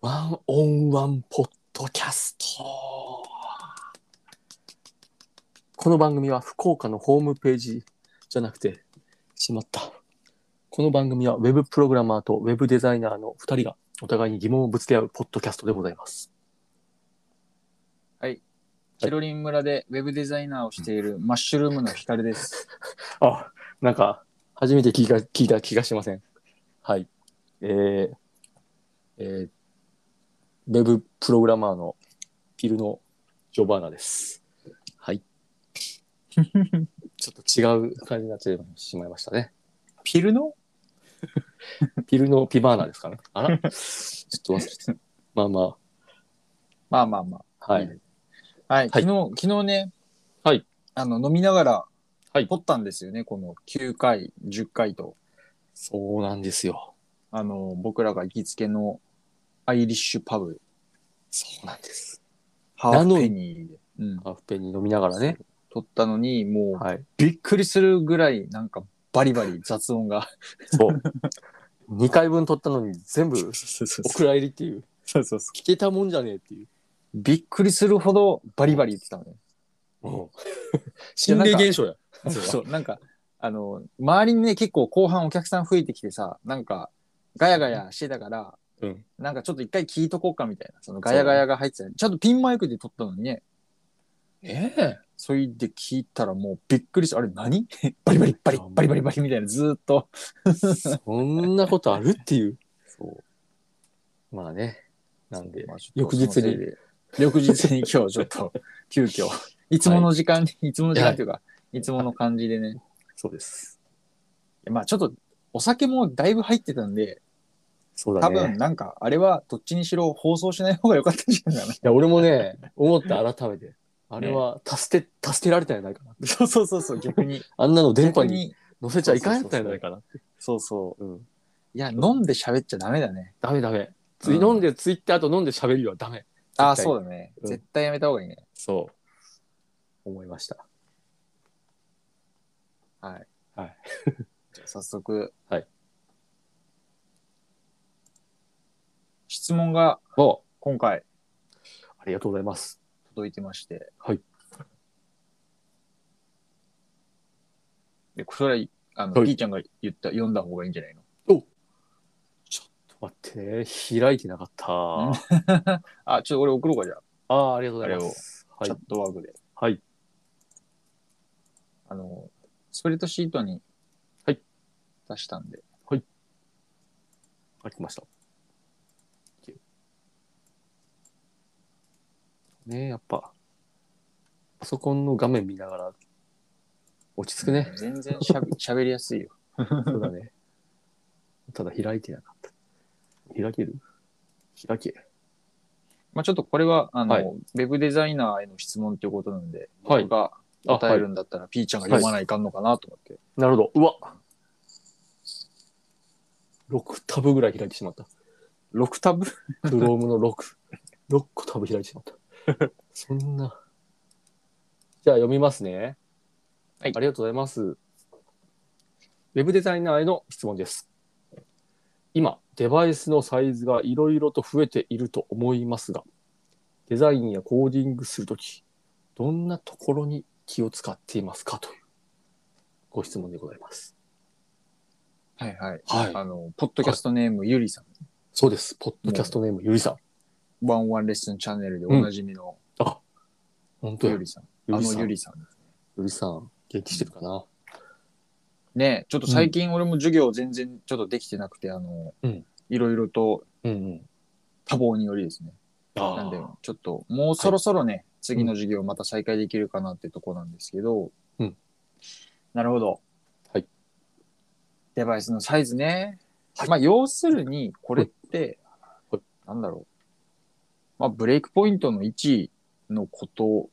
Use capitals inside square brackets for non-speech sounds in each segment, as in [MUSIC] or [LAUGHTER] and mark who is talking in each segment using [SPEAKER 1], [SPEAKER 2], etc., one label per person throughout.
[SPEAKER 1] ワンオンワンポッドキャスト。この番組は福岡のホームページじゃなくて、しまった。この番組はウェブプログラマーとウェブデザイナーの2人がお互いに疑問をぶつけ合うポッドキャストでございます。
[SPEAKER 2] ケロリン村でウェブデザイナーをしているマッシュルームのヒカルです。
[SPEAKER 1] あ、なんか、初めて聞いた聞いた気がしません。はい。えー、えー、ウェブプログラマーのピルノ・ジョバーナです。はい。ちょっと違う感じになってしまいましたね。
[SPEAKER 2] ピルノ
[SPEAKER 1] ピルノ・ピバーナですかね。あらちょっと忘れてた。まあま
[SPEAKER 2] まあまあま
[SPEAKER 1] あ、はい。
[SPEAKER 2] あ。はい、
[SPEAKER 1] はい
[SPEAKER 2] 昨日、昨日ね、
[SPEAKER 1] はい
[SPEAKER 2] あの飲みながら、
[SPEAKER 1] はい
[SPEAKER 2] 撮ったんですよね、この9回、10回と、
[SPEAKER 1] そうなんですよ。
[SPEAKER 2] あの、僕らが行きつけのアイリッシュパブ、
[SPEAKER 1] そうなんです。
[SPEAKER 2] ハーフペニーで、うん、
[SPEAKER 1] カフェに飲みながらね。
[SPEAKER 2] 撮ったのに、もう
[SPEAKER 1] はい。
[SPEAKER 2] びっくりするぐらい、なんかバリバリ雑音が。
[SPEAKER 1] そう。2回分撮ったのに全部
[SPEAKER 2] そうそう
[SPEAKER 1] お蔵入りっていう。
[SPEAKER 2] そうそうそう
[SPEAKER 1] 聞けたもんじゃねえっていう。
[SPEAKER 2] [LAUGHS] びっくりするほどバリバリ言ってたのね。
[SPEAKER 1] うん。 [LAUGHS]
[SPEAKER 2] や
[SPEAKER 1] 心
[SPEAKER 2] なんか
[SPEAKER 1] 霊現象や。。
[SPEAKER 2] そうう、なんか、あの、周りにね、結構後半お客さん増えてきてさ、なんか、ガヤガヤしてたから、
[SPEAKER 1] うん。
[SPEAKER 2] なんかちょっと一回聞いとこうかみたいな、そのガヤガヤが入ってた。ちゃんとピンマイクで撮ったのにね、
[SPEAKER 1] ねえ。
[SPEAKER 2] それで聞いたらもうびっくりした。あれ何 [LAUGHS] バリバリバリバリバリバリみたいな、ずーっと。
[SPEAKER 1] そんなことあるっていう。そう。まあね。なんで、翌日に。
[SPEAKER 2] 翌日に今日ちょっと、 [LAUGHS] 急遽、いつもの時間に、い、つもの時間というか、い、つもの感じでね。
[SPEAKER 1] そうです。
[SPEAKER 2] まあちょっと、お酒もだいぶ入ってたんで、
[SPEAKER 1] そうだ
[SPEAKER 2] 多
[SPEAKER 1] ね。
[SPEAKER 2] 分
[SPEAKER 1] い
[SPEAKER 2] なんかあれはどっちにしろ放送しない方が良かったんじゃないかな。
[SPEAKER 1] や、俺もね、思った改めて。あれは、助け、助けられたんじゃないかな。
[SPEAKER 2] [LAUGHS] そうそうそうそう逆 [LAUGHS] に
[SPEAKER 1] あんなの電波
[SPEAKER 2] 逆
[SPEAKER 1] に
[SPEAKER 2] に
[SPEAKER 1] 乗せちゃいかんやったんじゃないかな。
[SPEAKER 2] そうそう
[SPEAKER 1] うん。
[SPEAKER 2] いや飲んで喋っちゃダメだね。
[SPEAKER 1] ダメダメ。つ
[SPEAKER 2] うん
[SPEAKER 1] 飲んでツイッターと飲んで喋るよはダメ。
[SPEAKER 2] ああ
[SPEAKER 1] 絶対
[SPEAKER 2] そうだね、
[SPEAKER 1] うん
[SPEAKER 2] 絶対やめた方がいいね。
[SPEAKER 1] そう。思いました。
[SPEAKER 2] はい。
[SPEAKER 1] はい。
[SPEAKER 2] じゃあ早速。
[SPEAKER 1] はい。
[SPEAKER 2] 質問が
[SPEAKER 1] お
[SPEAKER 2] 今回
[SPEAKER 1] ありがとうございます。
[SPEAKER 2] 届いてまして。
[SPEAKER 1] はい。
[SPEAKER 2] で、それは、あの、
[SPEAKER 1] はい
[SPEAKER 2] ピーちゃんが言った、読んだ方がいいんじゃないの
[SPEAKER 1] 待ってね、開いてなかった。
[SPEAKER 2] ん
[SPEAKER 1] あ
[SPEAKER 2] あ、ちょっと俺送ろうか、じゃあ。
[SPEAKER 1] あ、ありがとうございます。は
[SPEAKER 2] チ
[SPEAKER 1] い
[SPEAKER 2] ャッ。トワークで。
[SPEAKER 1] はい。
[SPEAKER 2] あの、スプレッドシートに、
[SPEAKER 1] はい
[SPEAKER 2] 出したんで、
[SPEAKER 1] あ、来ました。ねえ、やっぱ、パソコンの画面見ながら、落ち着くね。
[SPEAKER 2] 全然しゃ [LAUGHS] べしゃべりやすいよ。
[SPEAKER 1] そうだね。 [LAUGHS] ただ開いてなかった。開ける開け。
[SPEAKER 2] まあちょっとこれは、あの、
[SPEAKER 1] はい
[SPEAKER 2] ウェブデザイナーへの質問ということなんで、
[SPEAKER 1] はい
[SPEAKER 2] 僕が
[SPEAKER 1] あ、
[SPEAKER 2] 答
[SPEAKER 1] は
[SPEAKER 2] え
[SPEAKER 1] い
[SPEAKER 2] る。んだったら、ピーちゃんが読まないかんのかなと思って。
[SPEAKER 1] なるほど。うわ6タブぐらい開いてしまった。
[SPEAKER 2] 6タブ
[SPEAKER 1] クロームの6。6個
[SPEAKER 2] [LAUGHS]
[SPEAKER 1] タブ開いてしまった。そんな。じゃあ読みますね。
[SPEAKER 2] はい
[SPEAKER 1] ありがとうございます。ウェブデザイナーへの質問です。今、デバイスのサイズがいろいろと増えていると思いますが、デザインやコーディングするとき、どんなところに気を使っていますかというご質問でございます。
[SPEAKER 2] はいはい。
[SPEAKER 1] はい。
[SPEAKER 2] あの、ポッドキャストネーム、ゆりさん。
[SPEAKER 1] そうです。ポッドキャストネーム、ゆりさん。
[SPEAKER 2] ワンワンレッスンチャンネルでおなじみの
[SPEAKER 1] あ、本当や
[SPEAKER 2] ゆりさん。あの
[SPEAKER 1] さん
[SPEAKER 2] ゆりさんです。
[SPEAKER 1] ゆりさん、元気してるかな、
[SPEAKER 2] ねえちょっと最近俺も授業全然ちょっとできてなくて、あの、
[SPEAKER 1] うん
[SPEAKER 2] いろいろと
[SPEAKER 1] うん、うん。
[SPEAKER 2] 多忙によりですね。
[SPEAKER 1] あ
[SPEAKER 2] なんで、ちょっと、もうそろそろね、次の授業また再開できるかなってとこなんですけど、
[SPEAKER 1] うん
[SPEAKER 2] なるほど。
[SPEAKER 1] はい。
[SPEAKER 2] デバイスのサイズね。
[SPEAKER 1] はい
[SPEAKER 2] まあ、要するに、これって、
[SPEAKER 1] はい
[SPEAKER 2] なんだろう。まあ、ブレイクポイントの位置のこと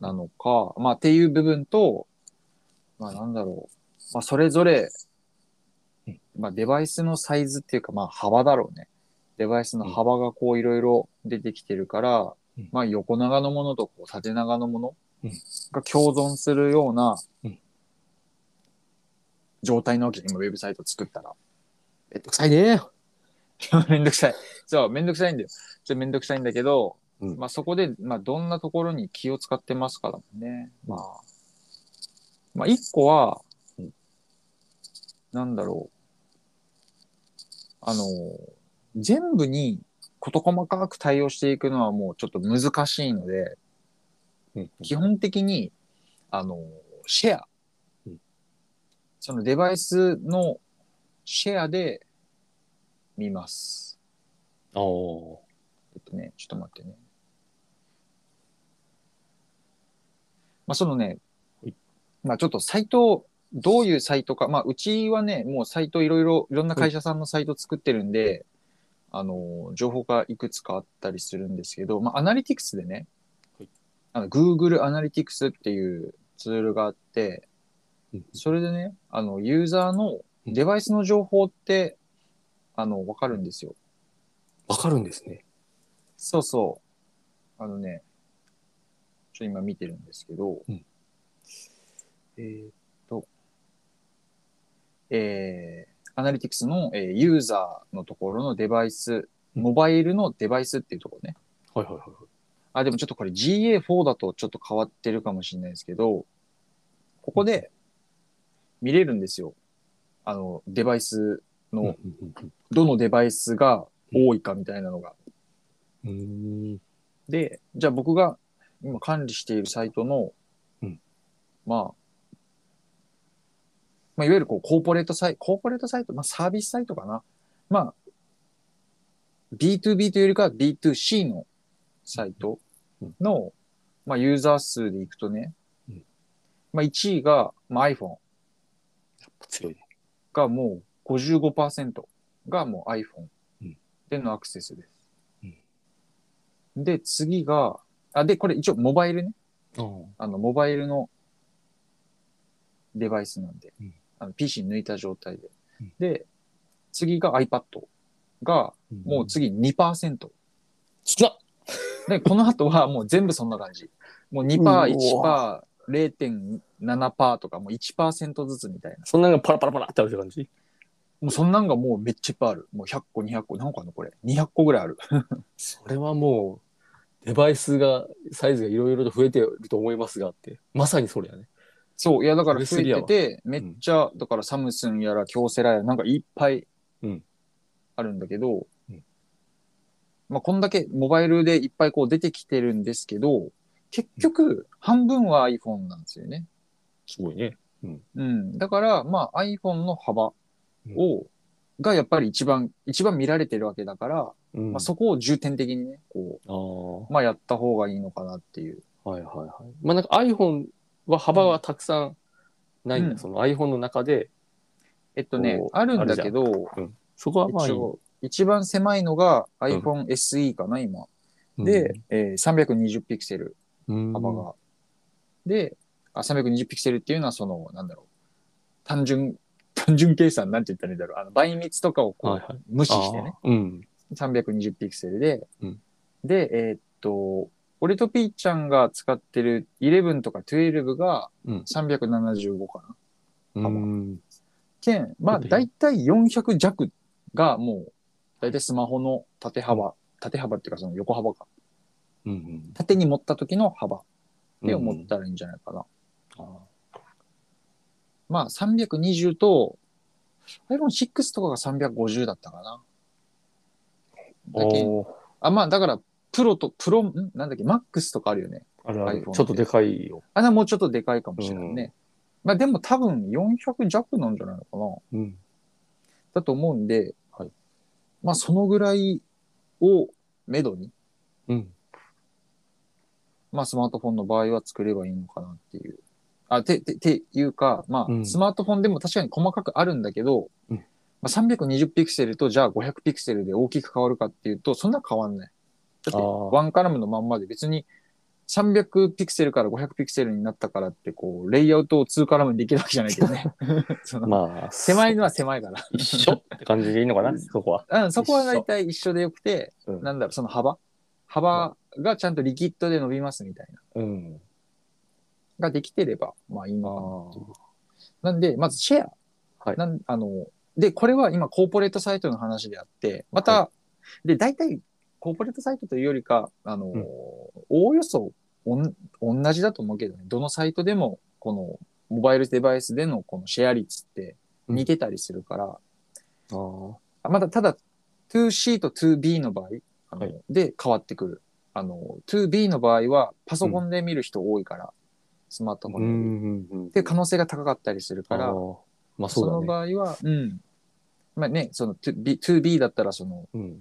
[SPEAKER 2] なのか、まあ、っていう部分と、まあ、なんだろう。まあ、それぞれ
[SPEAKER 1] うん、
[SPEAKER 2] まあ、デバイスのサイズっていうか、まあ、幅だろうね。デバイスの幅がこういろいろ出てきてるから、
[SPEAKER 1] うん
[SPEAKER 2] まあ横長のものとこう縦長のもの
[SPEAKER 1] うん
[SPEAKER 2] が共存するような
[SPEAKER 1] うん
[SPEAKER 2] 状態なわけで、今ウェブサイト作ったら。
[SPEAKER 1] めんどくさいね。
[SPEAKER 2] [LAUGHS] めんどくさい。そう、めんどくさいんだよ。ちょっとめんどくさいんだけど、
[SPEAKER 1] うん
[SPEAKER 2] まあそこで、まあどんなところに気を使ってますかだもんね。まあ。まあ一個は、
[SPEAKER 1] うん
[SPEAKER 2] なんだろう。あの、全部に事細かく対応していくのはもうちょっと難しいので、
[SPEAKER 1] うん
[SPEAKER 2] 基本的に、あの、シェア
[SPEAKER 1] うん。
[SPEAKER 2] そのデバイスのシェアで見ます。
[SPEAKER 1] あー
[SPEAKER 2] えっとね、ちょっと待ってね。まあ、そのね
[SPEAKER 1] はい、
[SPEAKER 2] まあ、ちょっとサイト、どういうサイトか、まあ、うちはね、もうサイトいろいろ、いろんな会社さんのサイト作ってるんで、あの、情報がいくつかあったりするんですけど、まあ、アナリティクスでね、
[SPEAKER 1] はい
[SPEAKER 2] あの Google アナリティクスっていうツールがあって、
[SPEAKER 1] うん
[SPEAKER 2] それでね、あの、ユーザーのデバイスの情報って、あの、わかるんですよ。
[SPEAKER 1] わかるんですね。
[SPEAKER 2] そうそう。あのね、ちょっと今見てるんですけど、
[SPEAKER 1] うん
[SPEAKER 2] えーっと、えー、アナリティクスの、えーユーザーのところのデバイス、
[SPEAKER 1] うん
[SPEAKER 2] モバイルのデバイスっていうところね。
[SPEAKER 1] はいはいはいはい。
[SPEAKER 2] あ、でもちょっとこれ GA4 だとちょっと変わってるかもしれないですけど、ここで見れるんですよ。あの、デバイスの、
[SPEAKER 1] うんうん
[SPEAKER 2] どのデバイスが多いかみたいなのが。
[SPEAKER 1] うんう
[SPEAKER 2] で、じゃあ僕が今管理しているサイトの、
[SPEAKER 1] うん
[SPEAKER 2] まあ、まあ、いわゆるこうコーポレートサイト、コーポレートサイト、まあサービスサイトかな。まあ、B2B というよりかは B2C のサイトの、まあユーザー数でいくとね、
[SPEAKER 1] うん
[SPEAKER 2] まあ1位が、まあ、iPhone
[SPEAKER 1] ーん強いね。
[SPEAKER 2] がもう55%がもう iPhone
[SPEAKER 1] うん
[SPEAKER 2] でのアクセスです。
[SPEAKER 1] うん
[SPEAKER 2] で、次が、あ、で、これ一応モバイルね。
[SPEAKER 1] ああ。
[SPEAKER 2] あの、モバイルのデバイスなんで、
[SPEAKER 1] うん
[SPEAKER 2] あの PC 抜いた状態で。
[SPEAKER 1] うん
[SPEAKER 2] で、次が iPad が、もう次2%。
[SPEAKER 1] つらっ
[SPEAKER 2] で、この後はもう全部そんな感じ。もう2%、
[SPEAKER 1] う
[SPEAKER 2] 1%、0.7%とか、もう1%ずつみたいな。
[SPEAKER 1] そんなのがパラパラパラってあるって感じ
[SPEAKER 2] もうそんなんがもうめっちゃいっぱいある。もう100個、200個、何個あるのこれ。200個ぐらいある。
[SPEAKER 1] それはもう、デバイスが、サイズがいろいろと増えてると思いますがって、まさにそれやね。
[SPEAKER 2] そう、いやだか
[SPEAKER 1] こ
[SPEAKER 2] ら
[SPEAKER 1] れ
[SPEAKER 2] 増
[SPEAKER 1] す
[SPEAKER 2] え
[SPEAKER 1] りゃ
[SPEAKER 2] てて、めっちゃ、だからサムスンやら京セラやら、なんかいっぱい
[SPEAKER 1] うん
[SPEAKER 2] あるんだけど、
[SPEAKER 1] うん
[SPEAKER 2] まあこんだけモバイルでいっぱいこう出てきてるんですけど、結局半分は iPhone なんですよね。
[SPEAKER 1] すごいね。
[SPEAKER 2] うん。だから、まあ iPhone の幅を、がやっぱり一番、一番見られてるわけだから、
[SPEAKER 1] うん
[SPEAKER 2] まあそこを重点的にね、こ
[SPEAKER 1] ああ
[SPEAKER 2] う、まあやった方がいいのかなっていう。
[SPEAKER 1] はいはいはい。まあなんか iPhone は幅はたくさんないんだ、
[SPEAKER 2] うん
[SPEAKER 1] その iPhone の中で、
[SPEAKER 2] えっとね
[SPEAKER 1] こ、う
[SPEAKER 2] あるんだけど、
[SPEAKER 1] そこはまあい
[SPEAKER 2] 一
[SPEAKER 1] い。
[SPEAKER 2] 応、一番狭いのが
[SPEAKER 1] ん
[SPEAKER 2] iPhone SE かな、今。
[SPEAKER 1] うん
[SPEAKER 2] で、、えー320ピクセル
[SPEAKER 1] うん
[SPEAKER 2] 幅が。であ、320ピクセルっていうのは、その、なんだろう、単純、 [LAUGHS] 単純計算、なんて言ったらいいんだろう、あの倍率とかをこう、
[SPEAKER 1] はいはい。
[SPEAKER 2] 無視してね、
[SPEAKER 1] あー。うん。
[SPEAKER 2] 320ピクセルで、
[SPEAKER 1] うん
[SPEAKER 2] で、えーっと、俺とピーちゃんが使ってる11とか12が
[SPEAKER 1] うん
[SPEAKER 2] 375かな。
[SPEAKER 1] う
[SPEAKER 2] 幅
[SPEAKER 1] ん。
[SPEAKER 2] 兼、まあ、
[SPEAKER 1] ちょっと
[SPEAKER 2] だいたい400弱がもう、だいたいスマホの縦幅、縦幅っていうかその横幅か。
[SPEAKER 1] うん。
[SPEAKER 2] 縦に持った時の幅って思ったらいいんじゃないかな。
[SPEAKER 1] た。あ
[SPEAKER 2] まあ、320と、iPhone6 とかが350だったかな。
[SPEAKER 1] ー
[SPEAKER 2] だけあ、まあ、だから、プロと、プロ、んなんだっけ、MAX とかあるよね。
[SPEAKER 1] あるある
[SPEAKER 2] iPhone
[SPEAKER 1] ちょっとでかいよ。
[SPEAKER 2] あれはもうちょっとでかいかもしれないね。まあ、でも多分400弱なんじゃないのかな。
[SPEAKER 1] うん。
[SPEAKER 2] だと思うんで、
[SPEAKER 1] はい
[SPEAKER 2] まあ、そのぐらいをめどに、
[SPEAKER 1] うん。
[SPEAKER 2] まあ、スマートフォンの場合は作ればいいのかなっていう。あ、て、て、ていうか、ま
[SPEAKER 1] う
[SPEAKER 2] あ、
[SPEAKER 1] ん
[SPEAKER 2] スマートフォンでも確かに細かくあるんだけど、
[SPEAKER 1] うん
[SPEAKER 2] まあ、320ピクセルとじゃあ500ピクセルで大きく変わるかっていうと、そんな変わんない。だって、
[SPEAKER 1] あー
[SPEAKER 2] ワンカラムのまんまで別に300ピクセルから500ピクセルになったからって、こう、レイアウトを2カラムにできるわけじゃないけど
[SPEAKER 1] [LAUGHS]
[SPEAKER 2] ね。 [LAUGHS] その
[SPEAKER 1] まあ、
[SPEAKER 2] 狭いのは狭いから。
[SPEAKER 1] 一緒って感じでいいのかな、そこは。
[SPEAKER 2] うん、そこは大体一緒でよくて、
[SPEAKER 1] うん
[SPEAKER 2] なんだろう、その幅幅がちゃんとリキッドで伸びますみたいな。
[SPEAKER 1] うん。
[SPEAKER 2] ができてれば、まあいい
[SPEAKER 1] あ
[SPEAKER 2] の
[SPEAKER 1] あ。
[SPEAKER 2] かな。なんで、まずシェア。
[SPEAKER 1] はい
[SPEAKER 2] なんあの、で、これは今コーポレートサイトの話であって、また、で、大体、コーポレートサイトというよりか、あのー
[SPEAKER 1] うん
[SPEAKER 2] おおよそおん同じだと思うけどね、どのサイトでも、この、モバイルデバイスでのこのシェア率って似てたりするから、
[SPEAKER 1] ああ。
[SPEAKER 2] あまだただ 2C と 2B の場合あの、
[SPEAKER 1] はい
[SPEAKER 2] で変わってくる。あの 2B の場合はパソコンで見る人多いから、スマートフォン
[SPEAKER 1] う
[SPEAKER 2] で。っ
[SPEAKER 1] んうんうん。
[SPEAKER 2] ていう可能性が高かったりするから、
[SPEAKER 1] あーまあ
[SPEAKER 2] そ
[SPEAKER 1] そ
[SPEAKER 2] の
[SPEAKER 1] うだね。
[SPEAKER 2] 場合は、うん。まあね、その 2B, 2B だったらその
[SPEAKER 1] うん。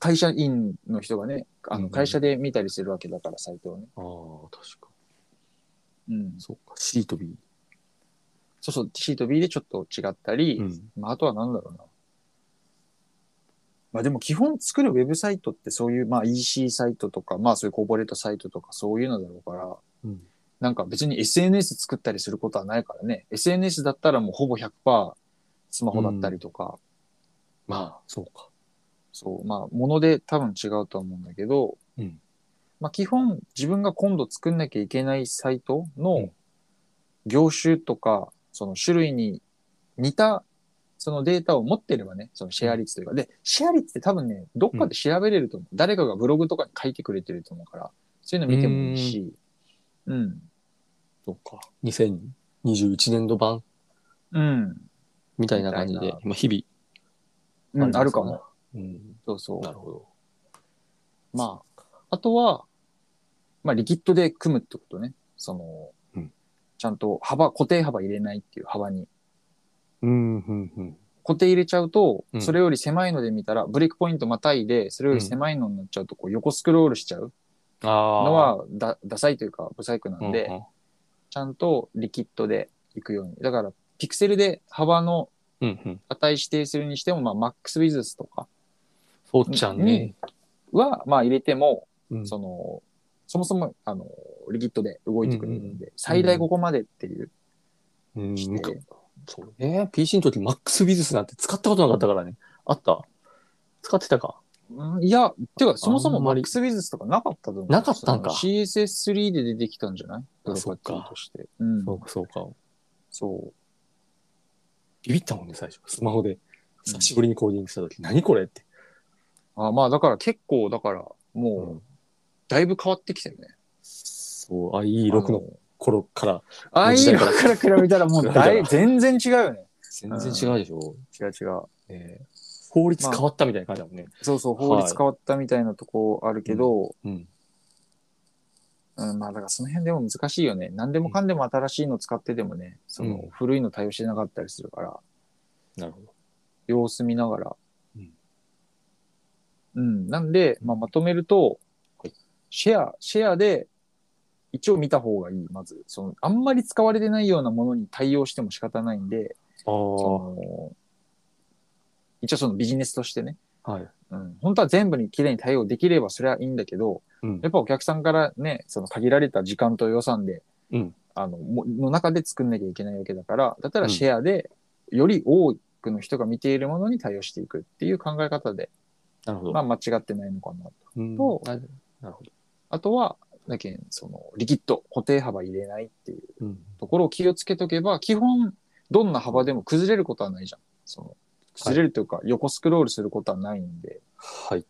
[SPEAKER 2] 会社員の人がね、あ
[SPEAKER 1] うんう
[SPEAKER 2] の
[SPEAKER 1] ん
[SPEAKER 2] 会社で見たりするわけだから、サイトをね。
[SPEAKER 1] ああ、確か。
[SPEAKER 2] うん。
[SPEAKER 1] そうか。C と B。
[SPEAKER 2] そうそう、C と B でちょっと違ったり、
[SPEAKER 1] うん。
[SPEAKER 2] まあ、あとはなんだろうな。まあでも基本作るウェブサイトってそういう、まあ EC サイトとか、まあそういうコーポレートサイトとかそういうのだろうから、
[SPEAKER 1] うん
[SPEAKER 2] なんか別に SNS 作ったりすることはないからね。SNS だったらもうほぼ100%スマホだったりとか、
[SPEAKER 1] まあ、そうか。
[SPEAKER 2] そう、まあもので多分違うとは思うんだけど、
[SPEAKER 1] うん
[SPEAKER 2] まあ基本自分が今度作んなきゃいけないサイト
[SPEAKER 1] う
[SPEAKER 2] の
[SPEAKER 1] ん
[SPEAKER 2] 業種とか、その種類に似たそのデータを持ってればね、そのシェア率というか。で、シェア率って多分ね、どっかで調べれると思う。誰かがブログとかに書いてくれてると思うから、そういうの見てもいいし、うん。
[SPEAKER 1] そうか。2021年度版
[SPEAKER 2] うん。
[SPEAKER 1] みたいな感じ
[SPEAKER 2] み
[SPEAKER 1] で
[SPEAKER 2] たいな、
[SPEAKER 1] 今日
[SPEAKER 2] う
[SPEAKER 1] 々、
[SPEAKER 2] ん、あるかも。。
[SPEAKER 1] うん。
[SPEAKER 2] そうそう。
[SPEAKER 1] なるほど。
[SPEAKER 2] まあ、あとは、まあ、リキッドで組むってことね。その、
[SPEAKER 1] うん
[SPEAKER 2] ちゃんと幅、固定幅入れないっていう幅に。
[SPEAKER 1] うん、うん、うん。
[SPEAKER 2] 固定入れちゃうと、
[SPEAKER 1] うん
[SPEAKER 2] それより狭いので見たら、ブレイクポイントまたいで、それより狭いのになっちゃうと、こう横スクロールしちゃう
[SPEAKER 1] ああ。
[SPEAKER 2] のはだ、ダサいというか、ブサイクな
[SPEAKER 1] うんん、
[SPEAKER 2] で、ちゃんとリキッドで行くように。だから、ピクセルで幅の
[SPEAKER 1] うん、うん。
[SPEAKER 2] 値指定するにしても、まあ、マックスウィズスとか
[SPEAKER 1] そうちゃんね。
[SPEAKER 2] は、まあ、入れても、
[SPEAKER 1] うん
[SPEAKER 2] その、そもそも、あの、リキッドで動いてくれる
[SPEAKER 1] うんん
[SPEAKER 2] で、最大ここまでっていう、
[SPEAKER 1] うん
[SPEAKER 2] して
[SPEAKER 1] なんかそうね。PC の時、MaxWiz なんて使ったことなかったからね。あった使ってたか。
[SPEAKER 2] うんいや、てか、そもそも
[SPEAKER 1] あんま
[SPEAKER 2] マ
[SPEAKER 1] り
[SPEAKER 2] ックスウィズスとかなかったと思う。
[SPEAKER 1] なかったんか
[SPEAKER 2] その CSS3 で出てきたんじゃない
[SPEAKER 1] あそっか
[SPEAKER 2] プロパティとして。うん。
[SPEAKER 1] そうか、そうか。
[SPEAKER 2] そう。
[SPEAKER 1] ビビったもんね、最初。スマホで。久しぶりにコーディングした時、何これって。
[SPEAKER 2] あまあ、だから結構、だから、
[SPEAKER 1] う
[SPEAKER 2] も
[SPEAKER 1] ん
[SPEAKER 2] う、だいぶ変わってきたよね。
[SPEAKER 1] そう、IE6 の頃から。
[SPEAKER 2] ああい
[SPEAKER 1] 時
[SPEAKER 2] う
[SPEAKER 1] 代
[SPEAKER 2] の
[SPEAKER 1] か
[SPEAKER 2] から比べたらもうだい、全然違うよね。
[SPEAKER 1] 全然違うでしょ。
[SPEAKER 2] 違う違う。
[SPEAKER 1] ね法律変わったみたいな感じだもんね。
[SPEAKER 2] そうそう、
[SPEAKER 1] はい
[SPEAKER 2] 法律変わったみたいなとこあるけど、
[SPEAKER 1] うん。
[SPEAKER 2] うん、まあだからその辺でも難しいよね。何でもかんでも新しいの使っててもね、その
[SPEAKER 1] うん
[SPEAKER 2] 古いの対応してなかったりするから、
[SPEAKER 1] なるほど。
[SPEAKER 2] 様子見ながら。
[SPEAKER 1] うん
[SPEAKER 2] うん、なんで、まあ、まとめると、
[SPEAKER 1] はい
[SPEAKER 2] シェア、シェアで一応見た方がいい、まず。そのあんまり使われてないようなものに対応しても仕方ないんで、
[SPEAKER 1] あ
[SPEAKER 2] その一応そのビジネスとしてね、
[SPEAKER 1] あ、はい。
[SPEAKER 2] うん、本当は全部に綺麗に対応できればそれはいいんだけど、
[SPEAKER 1] うん
[SPEAKER 2] やっぱお客さんからね、その限られた時間と予算で、
[SPEAKER 1] うん
[SPEAKER 2] あの、もの中で作んなきゃいけないわけだから、だった
[SPEAKER 1] う
[SPEAKER 2] ら
[SPEAKER 1] ん
[SPEAKER 2] シェアで、より多くの人が見ているものに対応していくっていう考え方で、
[SPEAKER 1] なるほど。
[SPEAKER 2] まあ間違ってないのかなと。
[SPEAKER 1] うん
[SPEAKER 2] と
[SPEAKER 1] なるなるほど。
[SPEAKER 2] あとは、だけんその、リキッド、固定幅入れないっていう
[SPEAKER 1] うん。
[SPEAKER 2] ところを気をつけとけば、基本、どんな幅でも崩れることはないじゃん。その、崩れるというか、横スクロールすることはないんで、
[SPEAKER 1] はい。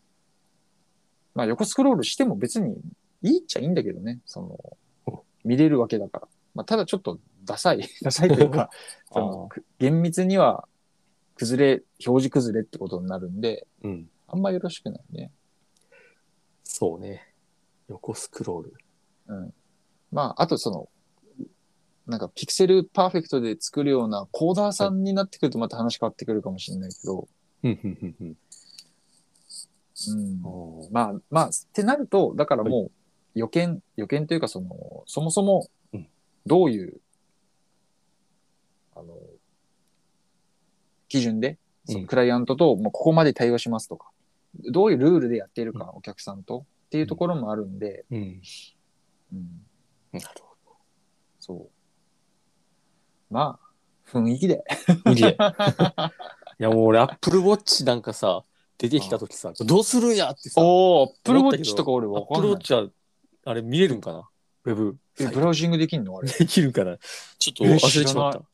[SPEAKER 2] まあ横スクロールしても別にいいっちゃいいんだけどね、その、見れるわけだから。まあただちょっとダサい、ダサいというか、 [LAUGHS] そのく厳密には崩れ、表示崩れってことになるんで、
[SPEAKER 1] うん。
[SPEAKER 2] あんまよろしくないね。
[SPEAKER 1] そうね。横スクロール。
[SPEAKER 2] まああとその、なんかピクセルパーフェクトで作るようなコーダーさんになってくるとまた話変わってくるかもしれないけど、
[SPEAKER 1] うん、うん、うん、
[SPEAKER 2] う
[SPEAKER 1] う
[SPEAKER 2] ん
[SPEAKER 1] ん。
[SPEAKER 2] まあまあ、ってなると、だからもう予見、予見というかその、そもそも
[SPEAKER 1] うん
[SPEAKER 2] どういう、あの、基準で、そ
[SPEAKER 1] うん
[SPEAKER 2] のクライアントと、もうここまで対応しますとか、どういうルールでやっているか、お客さんとっていうところもあるんで、
[SPEAKER 1] うん。
[SPEAKER 2] うん
[SPEAKER 1] なるほ
[SPEAKER 2] そう。まあ、雰囲気で。
[SPEAKER 1] ど。
[SPEAKER 2] [LAUGHS]
[SPEAKER 1] 無理で。いや、もう俺、Apple Watch なんかさ、出てきた時さ、どうするんやってさ、
[SPEAKER 2] おー、プ
[SPEAKER 1] 思
[SPEAKER 2] ル
[SPEAKER 1] っ
[SPEAKER 2] ウォ
[SPEAKER 1] たけど
[SPEAKER 2] ッチとか俺わか
[SPEAKER 1] Apple
[SPEAKER 2] んない。
[SPEAKER 1] Watch は、あれ見れるんかなウェブ。
[SPEAKER 2] え、ブラウジングできんのあれ。
[SPEAKER 1] できるかなちょっと
[SPEAKER 2] え
[SPEAKER 1] 忘れちまっ
[SPEAKER 2] 知ら
[SPEAKER 1] た。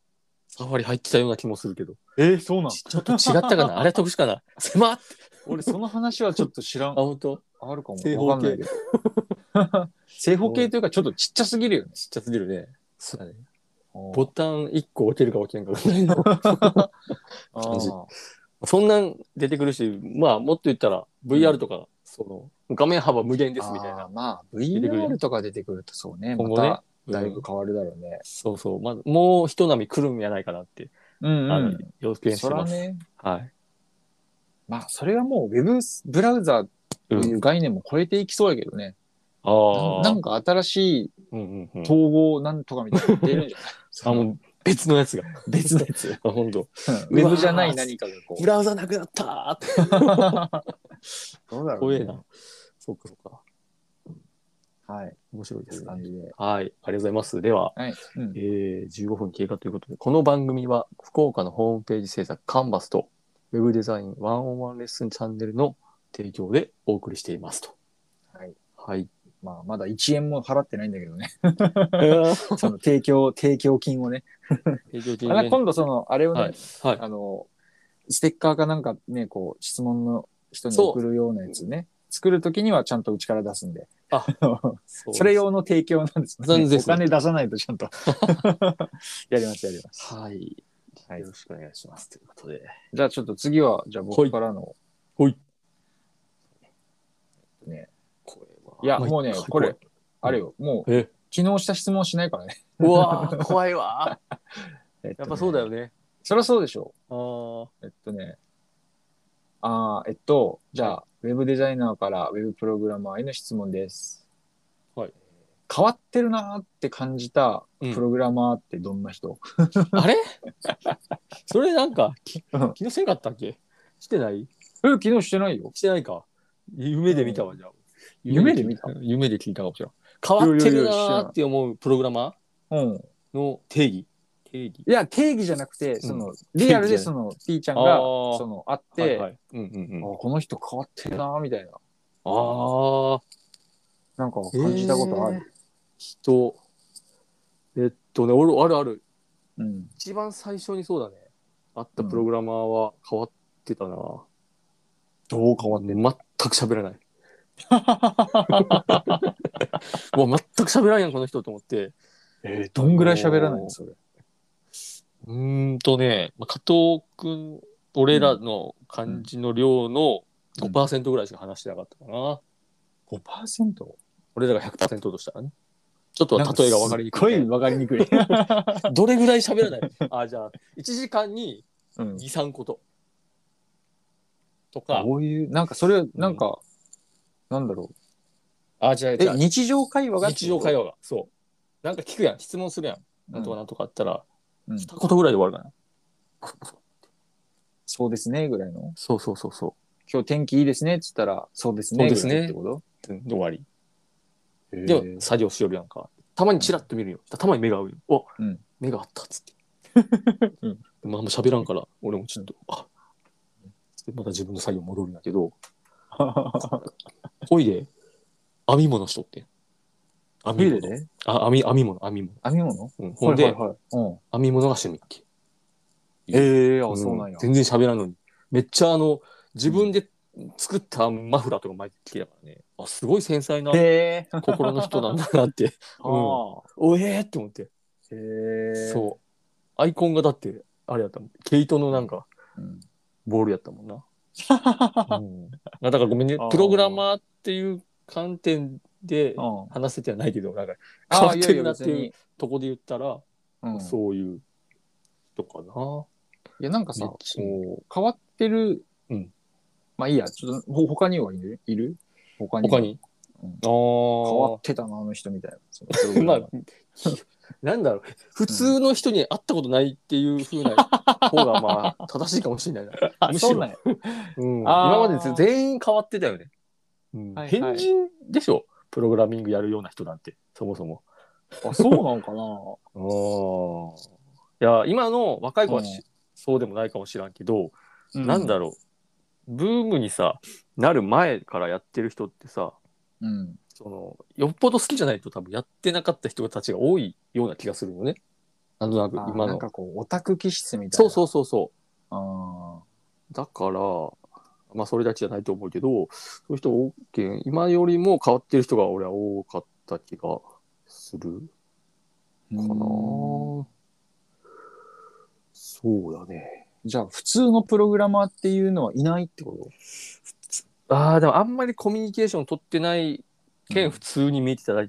[SPEAKER 1] サファリ入ってたような気もするけど。
[SPEAKER 2] え、そうな
[SPEAKER 1] [LAUGHS] ちちょっと違ったかなあれ特殊かな狭っ
[SPEAKER 2] 俺、その話はちょっと知らん
[SPEAKER 1] あ、。本当
[SPEAKER 2] あるかも。
[SPEAKER 1] 正方形
[SPEAKER 2] わかんないけど。
[SPEAKER 1] [LAUGHS]
[SPEAKER 2] 正方形というか、ちょっとちっちゃすぎるよね。
[SPEAKER 1] ちっちゃすぎるね。そうだね。ボ
[SPEAKER 2] ぼ
[SPEAKER 1] タン1個置けるか置けんかぐらいの。感じ
[SPEAKER 2] [LAUGHS]
[SPEAKER 1] そんなん出てくるし、まあ、もっと言ったら VR とか、その、画面幅無限ですみたい
[SPEAKER 2] あ
[SPEAKER 1] な
[SPEAKER 2] ー。まあ、
[SPEAKER 1] てくる
[SPEAKER 2] VR とか出てくるとそうね、
[SPEAKER 1] 今
[SPEAKER 2] ま
[SPEAKER 1] 後ね
[SPEAKER 2] ただいぶ変わるだろうね。
[SPEAKER 1] そうそう。まあ、もう一波来るんやないかなって、
[SPEAKER 2] うん
[SPEAKER 1] あの、予見して
[SPEAKER 2] そ
[SPEAKER 1] ま
[SPEAKER 2] ら
[SPEAKER 1] す。
[SPEAKER 2] ね、
[SPEAKER 1] はい。
[SPEAKER 2] まあ、それはもう Web ブラウザーと
[SPEAKER 1] うん
[SPEAKER 2] いう概念も超えていきそうやけどね。
[SPEAKER 1] ああ。
[SPEAKER 2] なんか新しい
[SPEAKER 1] うんうんうん。
[SPEAKER 2] 統合なんとかみたいなの出るんじ
[SPEAKER 1] [LAUGHS]
[SPEAKER 2] ゃない
[SPEAKER 1] あ、もう別のやつ [LAUGHS] が。
[SPEAKER 2] 別のやつ。
[SPEAKER 1] あ、本当。
[SPEAKER 2] [LAUGHS] うんウェブじゃない何かがこ
[SPEAKER 1] ブラウザなくなったーって。
[SPEAKER 2] う。どうだろ
[SPEAKER 1] 怖
[SPEAKER 2] う
[SPEAKER 1] え
[SPEAKER 2] ね、
[SPEAKER 1] な。そうかそうか。
[SPEAKER 2] はい。
[SPEAKER 1] 面白いで
[SPEAKER 2] とい
[SPEAKER 1] す
[SPEAKER 2] う
[SPEAKER 1] ね。
[SPEAKER 2] 感じで。
[SPEAKER 1] はい。ありがとうございます。では、
[SPEAKER 2] はい。うん
[SPEAKER 1] えー、15分経過ということで、この番組は福岡のホームページ制作カンバスと、ウェブデザイン101レッスンチャンネルの提供でお送りしていますと。
[SPEAKER 2] はい。
[SPEAKER 1] はい。
[SPEAKER 2] まあ、まだ1円も払ってないんだけど
[SPEAKER 1] [LAUGHS]
[SPEAKER 2] ね。
[SPEAKER 1] 提
[SPEAKER 2] その提供、提供金をね。
[SPEAKER 1] 供金
[SPEAKER 2] あ
[SPEAKER 1] ね
[SPEAKER 2] ら今度その、あれをね、
[SPEAKER 1] はい。はい。
[SPEAKER 2] あの、ステッカーかなんかね、こう、質問の人に
[SPEAKER 1] そう
[SPEAKER 2] 送るようなやつね。作るときにはちゃんとうちから出すんで。 [LAUGHS]
[SPEAKER 1] あ
[SPEAKER 2] それ。用の提供なんですね。
[SPEAKER 1] なんです
[SPEAKER 2] お金出さないとちゃんと。 [LAUGHS] やります、やります。
[SPEAKER 1] はい。
[SPEAKER 2] はい
[SPEAKER 1] よろしくお願いします。ということで。
[SPEAKER 2] じゃあちょっと次は、じゃあ僕からの。
[SPEAKER 1] ほい。
[SPEAKER 2] ね、
[SPEAKER 1] これはい
[SPEAKER 2] や
[SPEAKER 1] まあ
[SPEAKER 2] もうね
[SPEAKER 1] 一回
[SPEAKER 2] これあれよ、もう、
[SPEAKER 1] え
[SPEAKER 2] 昨日した質問しないからね。
[SPEAKER 1] うわー怖いわ
[SPEAKER 2] やっ
[SPEAKER 1] ー。やっぱそう
[SPEAKER 2] [LAUGHS]
[SPEAKER 1] だよ
[SPEAKER 2] ね。
[SPEAKER 1] ね。
[SPEAKER 2] そりゃそうでしょ
[SPEAKER 1] ああ。
[SPEAKER 2] う。えっとね。ああ、えっと、じゃあ、ウェブデザイナーからウェブプログラマーへの質問です。
[SPEAKER 1] はい。
[SPEAKER 2] 変わってるなーって感じたプログラマーってどんな人、
[SPEAKER 1] あれ [LAUGHS] それなんか、き
[SPEAKER 2] うん
[SPEAKER 1] 昨日せんかったっけしてない
[SPEAKER 2] え、昨日してないよ。
[SPEAKER 1] してないか。夢で見たわ、じゃあ。
[SPEAKER 2] 夢で見た
[SPEAKER 1] 夢で聞いたかもしれない。変わってるなーって思うプログラマ
[SPEAKER 2] うん。
[SPEAKER 1] ーの定義。定義。
[SPEAKER 2] いや、定義じゃなくて、その、リアルでその、P ちゃん
[SPEAKER 1] あ
[SPEAKER 2] が、
[SPEAKER 1] ー
[SPEAKER 2] その、会って、
[SPEAKER 1] はいはい、うんうんうん。
[SPEAKER 2] あこの人変わってるなーみたいな、
[SPEAKER 1] あー、
[SPEAKER 2] なんか感じたことある。
[SPEAKER 1] 人。えっとね、俺、あるある。
[SPEAKER 2] うん。
[SPEAKER 1] 一番最初にそうだね。あったプログラマーは変わってたな。
[SPEAKER 2] どう変
[SPEAKER 1] まあね、全く喋 [LAUGHS] らない。もうわ全く喋らんやん、この人と思って。
[SPEAKER 2] えーどんぐらい喋
[SPEAKER 1] あ
[SPEAKER 2] らない
[SPEAKER 1] の
[SPEAKER 2] の
[SPEAKER 1] ー
[SPEAKER 2] それ。
[SPEAKER 1] うーんとね、まあ加藤くん、俺らの感じの量の
[SPEAKER 2] うん
[SPEAKER 1] 5%ぐらいしか話してなかったかな。
[SPEAKER 2] 5%?
[SPEAKER 1] 俺らが100%としたらね。ちょっと例えが分かりにくいね、
[SPEAKER 2] すっごい分かりにくい。
[SPEAKER 1] どれぐらい喋らないあ、じゃあ、1時間に
[SPEAKER 2] うん
[SPEAKER 1] 2、3こと。とか、
[SPEAKER 2] こういう、なんかそれ、なんか、なんだろう。
[SPEAKER 1] あ、じゃあ、
[SPEAKER 2] え
[SPEAKER 1] じゃ、あ
[SPEAKER 2] 日常会話が
[SPEAKER 1] 日常会
[SPEAKER 2] 話。
[SPEAKER 1] 話が、そう。なんか聞くやん、質問するやん。なんとか
[SPEAKER 2] うん
[SPEAKER 1] なんとかあったら、
[SPEAKER 2] うん
[SPEAKER 1] 二言ぐらいで終わるかな。
[SPEAKER 2] そうですね、ぐらいの。
[SPEAKER 1] そうそうそうそ
[SPEAKER 2] 今日天気いいですね、っつったら、そうですね、
[SPEAKER 1] そうですね
[SPEAKER 2] ぐらいってこと
[SPEAKER 1] う。で終わり。
[SPEAKER 2] で
[SPEAKER 1] でも作業しよるやんか。たまにチラッと見るよ。たまに目が合うよ。お、
[SPEAKER 2] うん
[SPEAKER 1] 目が合ったっつって。
[SPEAKER 2] [LAUGHS] う
[SPEAKER 1] まあ、あんま喋らんから、俺もちょっと、あでまた自分の作業戻るんだけ
[SPEAKER 2] [LAUGHS]
[SPEAKER 1] ど、ほいで、編み物しとってん。編
[SPEAKER 2] ビ
[SPEAKER 1] み
[SPEAKER 2] ール
[SPEAKER 1] 物。
[SPEAKER 2] で
[SPEAKER 1] あ編み編み物、編み物。
[SPEAKER 2] 編み物
[SPEAKER 1] うん、ほんで、
[SPEAKER 2] はいはいはいうん
[SPEAKER 1] 編み物が趣味っけ。
[SPEAKER 2] ええ、
[SPEAKER 1] う
[SPEAKER 2] あ、
[SPEAKER 1] ん
[SPEAKER 2] そうなんや。
[SPEAKER 1] 全然喋らんのに。めっちゃあの、自分で作ったマフラーとか巻いてきてたからね。あ、すごい繊細な
[SPEAKER 2] へえ。
[SPEAKER 1] 心の人なんだな
[SPEAKER 2] [LAUGHS]
[SPEAKER 1] って。
[SPEAKER 2] あー
[SPEAKER 1] おえーって思って。
[SPEAKER 2] へえ。
[SPEAKER 1] そう。アイコンがだって、あれやったもん。毛糸のなんか、
[SPEAKER 2] うん。
[SPEAKER 1] ボールやったもんな。うん、だからごめんね
[SPEAKER 2] あー。
[SPEAKER 1] プログラマーっていう観点で
[SPEAKER 2] うん
[SPEAKER 1] 話せてはないけど、なんか変わ
[SPEAKER 2] あ
[SPEAKER 1] っ
[SPEAKER 2] ー、
[SPEAKER 1] て
[SPEAKER 2] いや
[SPEAKER 1] る
[SPEAKER 2] い
[SPEAKER 1] な
[SPEAKER 2] や
[SPEAKER 1] って
[SPEAKER 2] 別
[SPEAKER 1] いう
[SPEAKER 2] に。
[SPEAKER 1] とこで言ったら、
[SPEAKER 2] うんい
[SPEAKER 1] そういう人かな。
[SPEAKER 2] や、なんかさ、
[SPEAKER 1] めっ
[SPEAKER 2] こ
[SPEAKER 1] ちゃ
[SPEAKER 2] う、変わってる
[SPEAKER 1] うん。
[SPEAKER 2] まあいいや、ちょっと、ほ他にはいるいる他に。
[SPEAKER 1] 他に、
[SPEAKER 2] うん
[SPEAKER 1] あ
[SPEAKER 2] 変わ
[SPEAKER 1] あ
[SPEAKER 2] っ。てたな、あの人みたいなそのプログ
[SPEAKER 1] [LAUGHS]
[SPEAKER 2] ラ
[SPEAKER 1] ま
[SPEAKER 2] マ
[SPEAKER 1] あ
[SPEAKER 2] ー。、
[SPEAKER 1] なんだろう、普通の人に会ったことないっていうふう
[SPEAKER 2] [LAUGHS]
[SPEAKER 1] な方が、まあ、正しいかもしれないな。
[SPEAKER 2] あ
[SPEAKER 1] むしろ
[SPEAKER 2] そうなんや。
[SPEAKER 1] うん、
[SPEAKER 2] あー
[SPEAKER 1] 今まで全員変わってたよね。うん
[SPEAKER 2] はいは
[SPEAKER 1] 変
[SPEAKER 2] い
[SPEAKER 1] 人でしょ、プログラミングやるような人なんて、そもそも。
[SPEAKER 2] あ、そうなんか [LAUGHS] な。
[SPEAKER 1] いや、今の若い子はし
[SPEAKER 2] うん
[SPEAKER 1] そうでもないかもしらんけど、なんだろう、ブームにさ、なる前からやってる人ってさ、
[SPEAKER 2] うん。
[SPEAKER 1] そのよっぽど好きじゃないと多分やってなかった人たちが多いような気がするよね。なんとなく
[SPEAKER 2] あ
[SPEAKER 1] 今
[SPEAKER 2] な
[SPEAKER 1] の
[SPEAKER 2] ん。かこう、オタク気質みたい
[SPEAKER 1] そう
[SPEAKER 2] な。。
[SPEAKER 1] そううそうそ
[SPEAKER 2] あ
[SPEAKER 1] う。だから、まあ、それだけじゃないと思うけど、そういう人多け、今よりも変わってる人が俺は多かった気がするかな。そうだね。
[SPEAKER 2] じゃあ、普通のプログラマーっていうのはいないってこと
[SPEAKER 1] ああ、でもあんまりコミュニケーション取ってない
[SPEAKER 2] うん
[SPEAKER 1] 件普通に見えてただ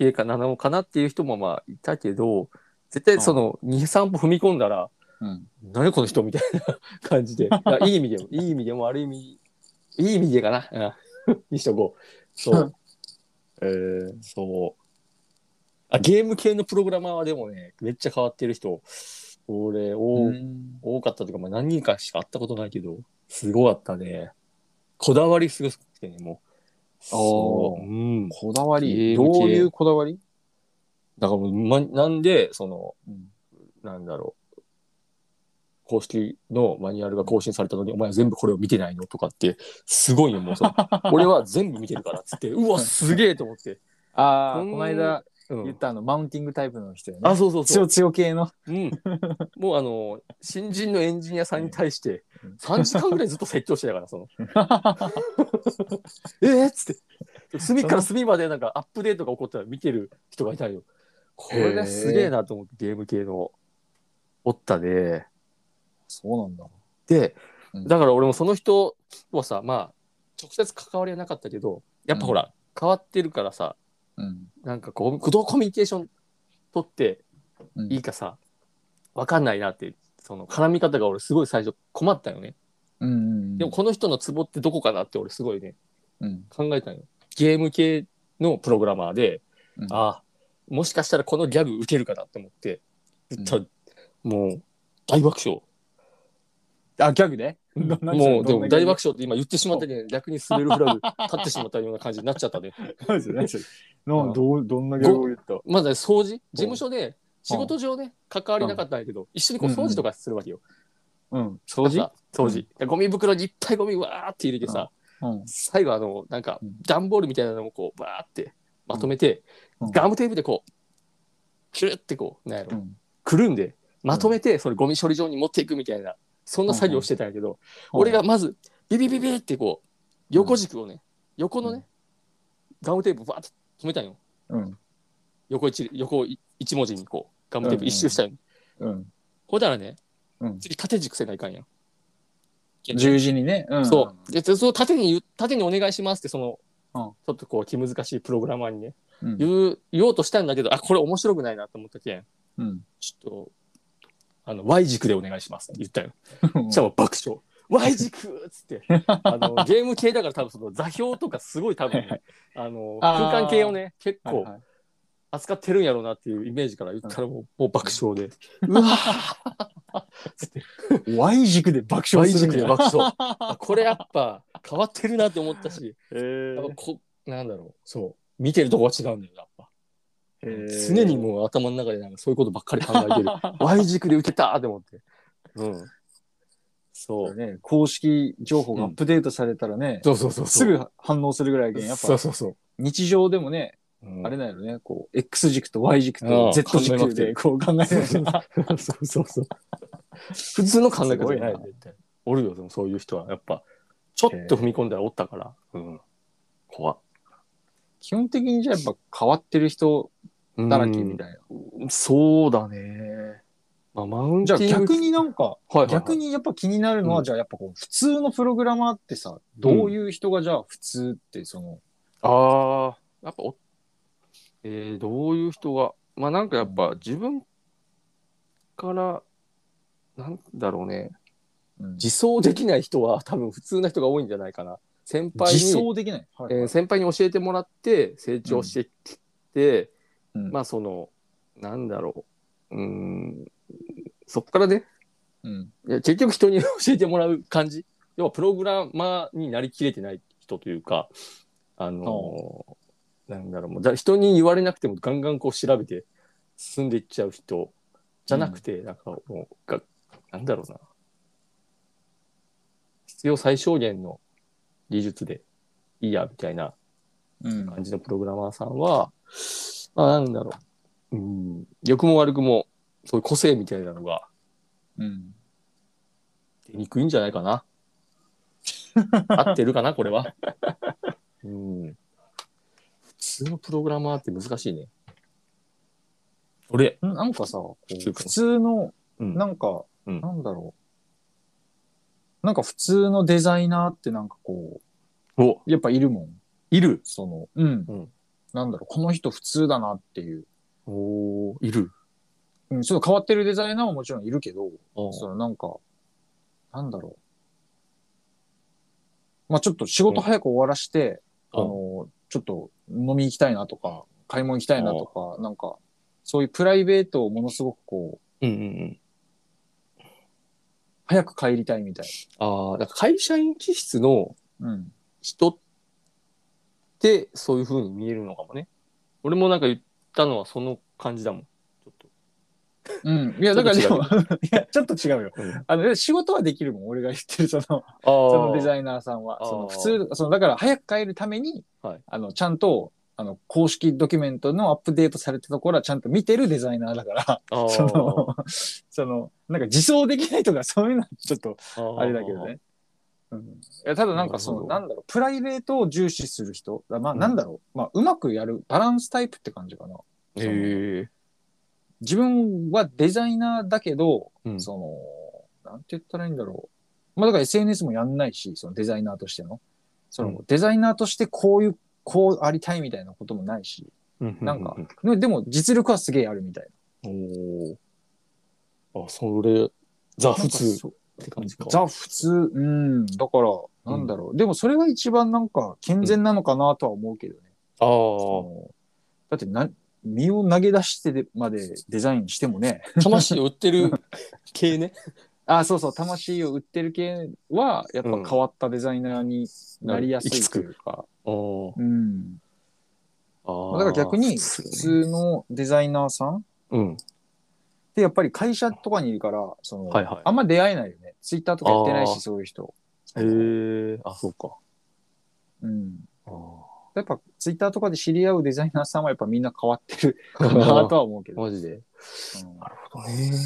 [SPEAKER 1] けかなのかなっていう人もまあいたけど、絶対その2、3歩踏み込んだら、
[SPEAKER 2] うん。
[SPEAKER 1] 何この人みたいな感
[SPEAKER 2] [LAUGHS]
[SPEAKER 1] じで、あいい意味でも、いい意味でも悪い意味、いい意味でかな、うん、 [LAUGHS] にしとこう。そう。えー、そう。あ、ゲーム系のプログラマーはでもね、めっちゃ変わってる人、俺、多
[SPEAKER 2] うん
[SPEAKER 1] 多かったというか、まあ、何人かしか会ったことないけど、すごかったね。こだわりすごくてね、もう。そう。うん。
[SPEAKER 2] こだわ
[SPEAKER 1] ゲ
[SPEAKER 2] り
[SPEAKER 1] ーム
[SPEAKER 2] ど
[SPEAKER 1] 系
[SPEAKER 2] ういうこだわり
[SPEAKER 1] だからもう、ま、なんで、その、
[SPEAKER 2] うん
[SPEAKER 1] なんだろう。公式のマニュアルが更新されたのに、お前は全部これを見てないのとかって、すごいよ、もうその俺は全部見てるからっつって、うわ、すげえと思って。
[SPEAKER 2] ああ、
[SPEAKER 1] こん
[SPEAKER 2] この間
[SPEAKER 1] う
[SPEAKER 2] 言っ
[SPEAKER 1] ん、
[SPEAKER 2] たあの、マウンティングタイプの人よね。
[SPEAKER 1] あ、そうそうそ
[SPEAKER 2] 強
[SPEAKER 1] う。
[SPEAKER 2] 強系の。 [LAUGHS]
[SPEAKER 1] うん、もうあの、新人のエンジニアさんに対して
[SPEAKER 2] うん、
[SPEAKER 1] 3時間ぐらいずっと説教してたから、
[SPEAKER 2] [LAUGHS]
[SPEAKER 1] その。えっっつって、隅から隅までなんかアップデートが起こったら見てる人がいたよ。これがすげえなと思って、ゲーム系の、おったで。
[SPEAKER 2] そうなんだ。
[SPEAKER 1] で
[SPEAKER 2] うん
[SPEAKER 1] だから俺もその人はさまあ直接関わりはなかったけどやっぱほら、変わってるからさ
[SPEAKER 2] うん。
[SPEAKER 1] なんかこうどうコミュニケーション取って
[SPEAKER 2] うん
[SPEAKER 1] いいかさ分かんないなってその絡み方が俺すごい最初困ったよね
[SPEAKER 2] うんうん。
[SPEAKER 1] でも、この人のツボってどこかなって俺すごいね
[SPEAKER 2] うん。
[SPEAKER 1] 考えたんよゲーム系のプログラマーで、
[SPEAKER 2] うん
[SPEAKER 1] ああもしかしたらこのギャグ受けるかなって思って言ったら、もう大爆笑
[SPEAKER 2] あ、ギャグで
[SPEAKER 1] もうでも大爆
[SPEAKER 2] 笑。
[SPEAKER 1] 笑って今言ってしまったけど逆に滑るフラグ立ってしまったような感じになっちゃったね。
[SPEAKER 2] 何それ何それなんどうどんなを言った
[SPEAKER 1] まずね掃除事務所で仕事上ね関わりなかったんやけど一緒にこう掃除とかするわけよ。
[SPEAKER 2] うん。掃除
[SPEAKER 1] さ掃除。でゴミ袋にいっぱいゴミわーって入れてさ
[SPEAKER 2] うん。
[SPEAKER 1] 最後あのなんか
[SPEAKER 2] うん
[SPEAKER 1] 段ボールみたいなのもこうわーってまとめて
[SPEAKER 2] うん
[SPEAKER 1] ガムテープでこうキュルってこうなんや
[SPEAKER 2] う
[SPEAKER 1] ろ
[SPEAKER 2] ん
[SPEAKER 1] くるんでまとめてそれゴミ処理場に持っていくみたいなそんな作業してたんやけど俺が、まずビビビビってこう横軸をね、横のね、ガムテープバーッと止めたんよ
[SPEAKER 2] うん。
[SPEAKER 1] 横一横い一文字にこうガムテー
[SPEAKER 2] うんう
[SPEAKER 1] プ
[SPEAKER 2] ん
[SPEAKER 1] 一周したよ、
[SPEAKER 2] うん。
[SPEAKER 1] ほんならね
[SPEAKER 2] うん。
[SPEAKER 1] 次縦軸せないかんやん、
[SPEAKER 2] 十字にね。うん。
[SPEAKER 1] そうでその縦に言う縦にお願いしますってその、
[SPEAKER 2] うん
[SPEAKER 1] ちょっとこう気難しいプログラマーにね
[SPEAKER 2] うん。うん。
[SPEAKER 1] 言う言おうとしたんだけどあこれ面白くないなと思ったけん
[SPEAKER 2] [LAUGHS] うん。
[SPEAKER 1] ちょっとあの Y 軸でお願いしますって言ったよ
[SPEAKER 2] うん
[SPEAKER 1] しかも爆笑。Y 軸っつってあのゲーム系だから多分その座標とかすごい多分 [LAUGHS]
[SPEAKER 2] はいは
[SPEAKER 1] あの
[SPEAKER 2] あー
[SPEAKER 1] 空間系をね結構
[SPEAKER 2] はいはい
[SPEAKER 1] 扱ってるんやろうなっていうイメージから言ったらもう,、もう爆笑でうわーつって
[SPEAKER 2] Y 軸で爆笑
[SPEAKER 1] Y
[SPEAKER 2] する
[SPEAKER 1] 軸
[SPEAKER 2] みたい
[SPEAKER 1] で
[SPEAKER 2] な。
[SPEAKER 1] 爆笑 [LAUGHS] あこれやっぱ変わってるなって思ったしや
[SPEAKER 2] [LAUGHS]
[SPEAKER 1] っぱ
[SPEAKER 2] へ
[SPEAKER 1] こなんだろうそう見てるとこは違うんだよやっぱ
[SPEAKER 2] ー
[SPEAKER 1] 常にもう頭の中でなんかそういうことばっかり考えてる [LAUGHS] Y 軸で受けたーって思ってうんそう
[SPEAKER 2] ね、公式情報がアップデートされたらね、
[SPEAKER 1] [LAUGHS] そうそうそうそう
[SPEAKER 2] すぐ反応するぐらいやけんやっ
[SPEAKER 1] そう
[SPEAKER 2] ぱ
[SPEAKER 1] そうそう
[SPEAKER 2] 日常でもね、
[SPEAKER 1] うん
[SPEAKER 2] あれなんやろね、こう、X 軸と Y 軸
[SPEAKER 1] う
[SPEAKER 2] と
[SPEAKER 1] ん
[SPEAKER 2] Z
[SPEAKER 1] 考えまく
[SPEAKER 2] 軸
[SPEAKER 1] って
[SPEAKER 2] でこう考え [LAUGHS]
[SPEAKER 1] そう
[SPEAKER 2] る
[SPEAKER 1] そう
[SPEAKER 2] な。
[SPEAKER 1] そうそうそう。普通の考え
[SPEAKER 2] すご
[SPEAKER 1] 方
[SPEAKER 2] い
[SPEAKER 1] じゃ
[SPEAKER 2] な
[SPEAKER 1] ない絶対おるよ、でもそういう人は。やっぱ、ちょっと踏み込んだらおったから。うん。怖っ
[SPEAKER 2] 基本的にじゃあやっぱ変わってる人だらけみたいな。
[SPEAKER 1] うんそうだね。まあ、マウン
[SPEAKER 2] じ
[SPEAKER 1] ティ
[SPEAKER 2] ゃあ
[SPEAKER 1] ング。
[SPEAKER 2] 逆、になんか、
[SPEAKER 1] はいはいはい
[SPEAKER 2] 逆。にやっぱ気になるのは、
[SPEAKER 1] うん
[SPEAKER 2] じゃあやっぱこう、普通のプログラマーってさ、どういう人がじゃあ普通って、その、
[SPEAKER 1] ああ、やっぱお、えー、どういう人が、まあなんかやっぱ自分から、なんだろうね、
[SPEAKER 2] うん
[SPEAKER 1] 自走できない人は多分普通な人が多いんじゃないかな。先輩に。
[SPEAKER 2] 自走できない。は
[SPEAKER 1] え
[SPEAKER 2] いはい
[SPEAKER 1] ー先輩に教えてもらって成長してきて、
[SPEAKER 2] うん
[SPEAKER 1] まあそのなんだろううーんそこからね
[SPEAKER 2] うん
[SPEAKER 1] いや結局人に教えてもらう感じ要はプログラマーになりきれてない人というかあのーなんだろうもうだ人に言われなくてもガンガンこう調べて進んでいっちゃう人じゃなくて、なんかもうがなんだろうな必要最小限の技術でいいやみたいな
[SPEAKER 2] うん
[SPEAKER 1] 感じのプログラマーさんは、まあ、なんだろう、うん、良くも悪くも、そういう個性みたいなのが
[SPEAKER 2] うん
[SPEAKER 1] [LAUGHS] 出にくいんじゃないかな。合ってるかな、これは。うん。普通のプログラマーって難しいね。俺、
[SPEAKER 2] なんかさ、こう
[SPEAKER 1] 普通
[SPEAKER 2] 普通の、
[SPEAKER 1] うん
[SPEAKER 2] なんか、
[SPEAKER 1] うん
[SPEAKER 2] なんだろう。なんか普通のデザイナーってなんかこ
[SPEAKER 1] お、
[SPEAKER 2] う、やっぱいるもん。
[SPEAKER 1] いる。
[SPEAKER 2] その、うん。
[SPEAKER 1] うん
[SPEAKER 2] なんだろう、この人普通だなっていう。
[SPEAKER 1] おーいる。
[SPEAKER 2] うん、ちょっと変わってるデザイナーももちろんいるけど、
[SPEAKER 1] あー
[SPEAKER 2] そのなんか、なんだろう。まあちょっと仕事早く終わらして、
[SPEAKER 1] うん
[SPEAKER 2] あの、ちょっと飲み行きたいなとか、買い物行きたいなとか、なんか、そういうプライベートをものすごくこう、
[SPEAKER 1] うんうんうん。
[SPEAKER 2] 早く帰りたいみたい。
[SPEAKER 1] ああ、だから会社員気質の
[SPEAKER 2] うん。
[SPEAKER 1] 人ってそういう風に見えるのかもね。俺もなんか言ったのはその感じだもん。ちょっと。
[SPEAKER 2] うん。いや、だからでも、 [LAUGHS] いや、ちょっと違うよ。
[SPEAKER 1] うん
[SPEAKER 2] あの、仕事はできるもん、俺が言ってる、その、
[SPEAKER 1] あー
[SPEAKER 2] そのデザイナーさんは。
[SPEAKER 1] あー
[SPEAKER 2] その普通、その、だから早く帰るために、
[SPEAKER 1] はい
[SPEAKER 2] あの、ちゃんと、あの、公式ドキュメントのアップデートされてるところはちゃんと見てるデザイナーだから、
[SPEAKER 1] あー
[SPEAKER 2] その、その、なんか自走できないとかそういうのはちょっと、
[SPEAKER 1] ー
[SPEAKER 2] あれだけどね。うん、いやただなんかその、
[SPEAKER 1] な
[SPEAKER 2] な
[SPEAKER 1] る
[SPEAKER 2] んだろう、プライベートを重視する人、まあ
[SPEAKER 1] うん
[SPEAKER 2] なんだろう、まあうまくやるバランスタイプって感じかな。
[SPEAKER 1] へえ
[SPEAKER 2] 自分はデザイナーだけど、
[SPEAKER 1] うん
[SPEAKER 2] その、なんて言ったらいいんだろう。まあだから SNS もやんないし、そのデザイナーとしての。その、
[SPEAKER 1] うん
[SPEAKER 2] デザイナーとしてこういう、こうありたいみたいなこともないし、なんか、ねでも実力はすげえあるみたい
[SPEAKER 1] おおー。あ、それ、ザ
[SPEAKER 2] な。
[SPEAKER 1] 普通
[SPEAKER 2] なんか
[SPEAKER 1] って感じか
[SPEAKER 2] そう。ザ普通。うん。だから、なんだろう。でもそれが一番なんか健全なのかなとは思うけどね。
[SPEAKER 1] ああ
[SPEAKER 2] そのだってな、身を投げ出してでまでデザインしてもね、
[SPEAKER 1] ー。魂を売ってる系ね。
[SPEAKER 2] [LAUGHS] あ、そうそう、魂を売ってる系は、やっぱ変わったデザイナーになりやすいというか。
[SPEAKER 1] あー
[SPEAKER 2] うん。
[SPEAKER 1] あー。
[SPEAKER 2] だから逆に、
[SPEAKER 1] 普通
[SPEAKER 2] 普
[SPEAKER 1] ね
[SPEAKER 2] 通のデザイナーさんっ
[SPEAKER 1] うん。
[SPEAKER 2] てやっぱり会社とかにいるから、その、
[SPEAKER 1] はいはい
[SPEAKER 2] あんま出会えないよね。ツイッターとかやってない
[SPEAKER 1] あー
[SPEAKER 2] し、そういう人。
[SPEAKER 1] へえ。あ、そうか。
[SPEAKER 2] うん。
[SPEAKER 1] あー
[SPEAKER 2] やっぱツイッターとかで知り合うデザイナーさんはやっぱみんな変わってるかなとは [LAUGHS] 思うけど。
[SPEAKER 1] マジで。
[SPEAKER 2] うん
[SPEAKER 1] なるほどね。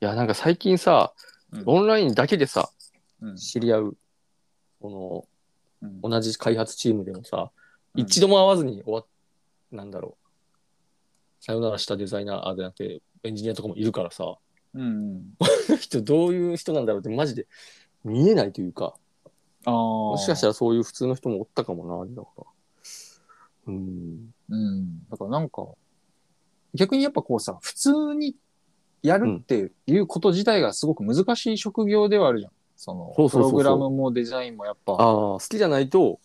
[SPEAKER 1] いや、なんか最近さ
[SPEAKER 2] うん、
[SPEAKER 1] オンラインだけでさ、
[SPEAKER 2] うん
[SPEAKER 1] 知り合う、こ
[SPEAKER 2] うん
[SPEAKER 1] の、同じ開発チームでもさ、
[SPEAKER 2] うん
[SPEAKER 1] 一度も会わずに終わっ、なんだろう。さよならしたデザイナーあじゃなくて、エンジニアとかもいるからさ、こ
[SPEAKER 2] うん。
[SPEAKER 1] の人どういう人なんだろうってマジで見えないというか、
[SPEAKER 2] ああ。
[SPEAKER 1] も
[SPEAKER 2] も
[SPEAKER 1] しかしたらそういう普通の人もおったかもな、だから。うん。
[SPEAKER 2] うん。だからなんか、逆にやっぱこうさ、普通にやるっていうこと自体がすごく難しい職業ではあるじゃん。その、
[SPEAKER 1] そうそうそうそう
[SPEAKER 2] プログラムもデザインもやっぱ、
[SPEAKER 1] ああ、好きじゃないと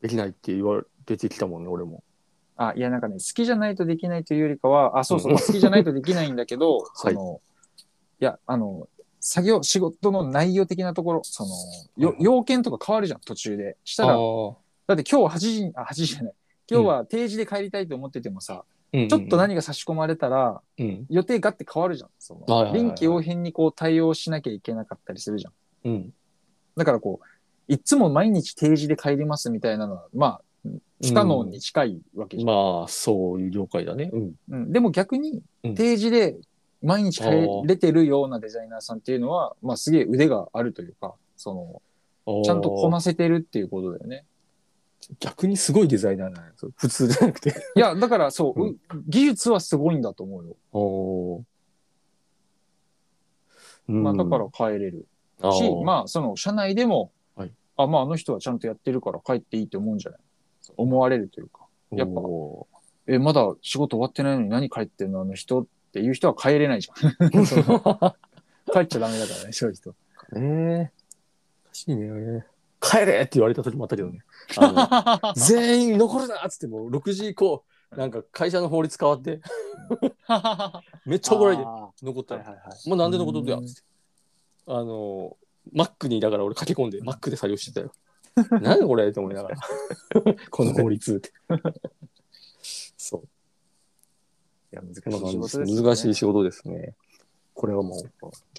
[SPEAKER 1] できないって言われてきたもんね、俺も。
[SPEAKER 2] あ、いやなんかね、好きじゃないとできないというよりかは、あ、そうそう、
[SPEAKER 1] うん
[SPEAKER 2] 好きじゃないとできないんだ
[SPEAKER 1] [LAUGHS]
[SPEAKER 2] けど、その、い、や、あの、作業、仕事の内容的なところ、その、よ
[SPEAKER 1] はいはい
[SPEAKER 2] 要件とか変わるじゃん、途中で。した
[SPEAKER 1] あ
[SPEAKER 2] ら、
[SPEAKER 1] ー
[SPEAKER 2] だって今日は8時に、あ、8時じゃない。今日は定時で帰りたいと思っててもさ、
[SPEAKER 1] うんうんうん
[SPEAKER 2] ちょっと何が差し込まれたら、
[SPEAKER 1] うん。
[SPEAKER 2] 予定がって変わるじゃん。そ
[SPEAKER 1] はい
[SPEAKER 2] の
[SPEAKER 1] はいはい
[SPEAKER 2] 臨機応変にこう対応しなきゃいけなかったりするじゃん。
[SPEAKER 1] うん。
[SPEAKER 2] だからこう、いつも毎日定時で帰りますみたいなのは、まあ、不可能に近いわけじゃん。
[SPEAKER 1] まあ、そういう業界だね。うん。
[SPEAKER 2] うんでも逆に
[SPEAKER 1] うん、
[SPEAKER 2] 定時で毎日帰れてるようなデザイナーさんっていうのは、まあすげえ腕があるというか、その、ちゃんとこなせてるっていうことだよね。
[SPEAKER 1] 逆にすごいデザイナーなんや普通じゃなくて。
[SPEAKER 2] いや、だからそう、
[SPEAKER 1] うん
[SPEAKER 2] う技術はすごいんだと思うよ。
[SPEAKER 1] お
[SPEAKER 2] まあだから帰れる。し、まあその社内でも、
[SPEAKER 1] はい
[SPEAKER 2] あ、まああの人はちゃんとやってるから帰っていいって思うんじゃないそう思われるというか。やっぱえ、まだ仕事終わってないのに何帰ってんのあの人っていう人は帰れないじゃ
[SPEAKER 1] [LAUGHS]
[SPEAKER 2] ん。その
[SPEAKER 1] ぱ。
[SPEAKER 2] 帰っちゃダメだからね、そういう人。
[SPEAKER 1] ええー。おかしいね。帰れって言われた時もあったけどね。あ
[SPEAKER 2] [LAUGHS]
[SPEAKER 1] の全員残るなっつってもう6時以降、なんか会社の法律変わって、め [LAUGHS] っちゃ怒られて
[SPEAKER 2] あー、は
[SPEAKER 1] 残った
[SPEAKER 2] いはい
[SPEAKER 1] ら。
[SPEAKER 2] はい。
[SPEAKER 1] もうなんでのことだよ
[SPEAKER 2] うーん。
[SPEAKER 1] あの、マックに、だから俺駆け込んで、マックで作業してたよ。何これと思いな
[SPEAKER 2] [LAUGHS]
[SPEAKER 1] がら。この法律って。そう。
[SPEAKER 2] いや、難
[SPEAKER 1] こんな
[SPEAKER 2] しい
[SPEAKER 1] 感じ
[SPEAKER 2] 仕事で、
[SPEAKER 1] ですす、
[SPEAKER 2] ね。
[SPEAKER 1] 難しい仕事ですね。これはもう。
[SPEAKER 2] じ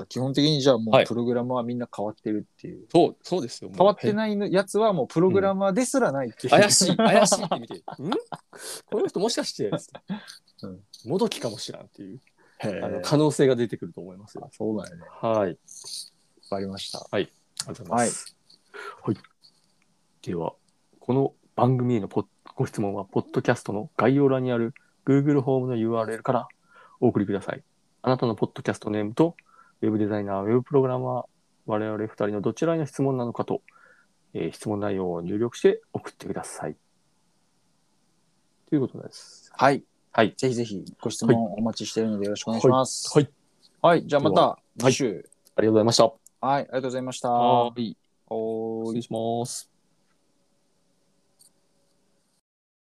[SPEAKER 2] ゃあ基本的にじゃあも
[SPEAKER 1] は
[SPEAKER 2] う
[SPEAKER 1] い
[SPEAKER 2] プログラマーはみんな変わってるっていう。
[SPEAKER 1] そう、そうですよ。
[SPEAKER 2] 変わってないのやつはもうプログラマーですらないっていう。
[SPEAKER 1] 怪しい、怪しいって見て。んこの人もしかして、つって
[SPEAKER 2] うん
[SPEAKER 1] もどきかもしらんっていう、
[SPEAKER 2] [LAUGHS] へー。
[SPEAKER 1] あの可能性が出てくると思いますよ。
[SPEAKER 2] そうだよね。
[SPEAKER 1] はい。
[SPEAKER 2] わかりました。
[SPEAKER 1] ありがとうございます。では、この番組へのポッご質問は、ポッドキャストの概要欄にある Google ホームの URL からお送りください。あなたのポッドキャストネームと、ウェブデザイナー、ウェブプログラマー、我々2人のどちらへの質問なのかと、えー質問内容を入力して送ってください。ということです。
[SPEAKER 2] はい。
[SPEAKER 1] はい。
[SPEAKER 2] ぜひぜひご質問お待ちしているのでよろしくお願いします。
[SPEAKER 1] はい。
[SPEAKER 2] はい。じゃあま
[SPEAKER 1] で
[SPEAKER 2] た次週。
[SPEAKER 1] ありがとうございました。
[SPEAKER 2] はい。ありがとうございました。
[SPEAKER 1] はい。
[SPEAKER 2] おーい
[SPEAKER 1] 失礼します。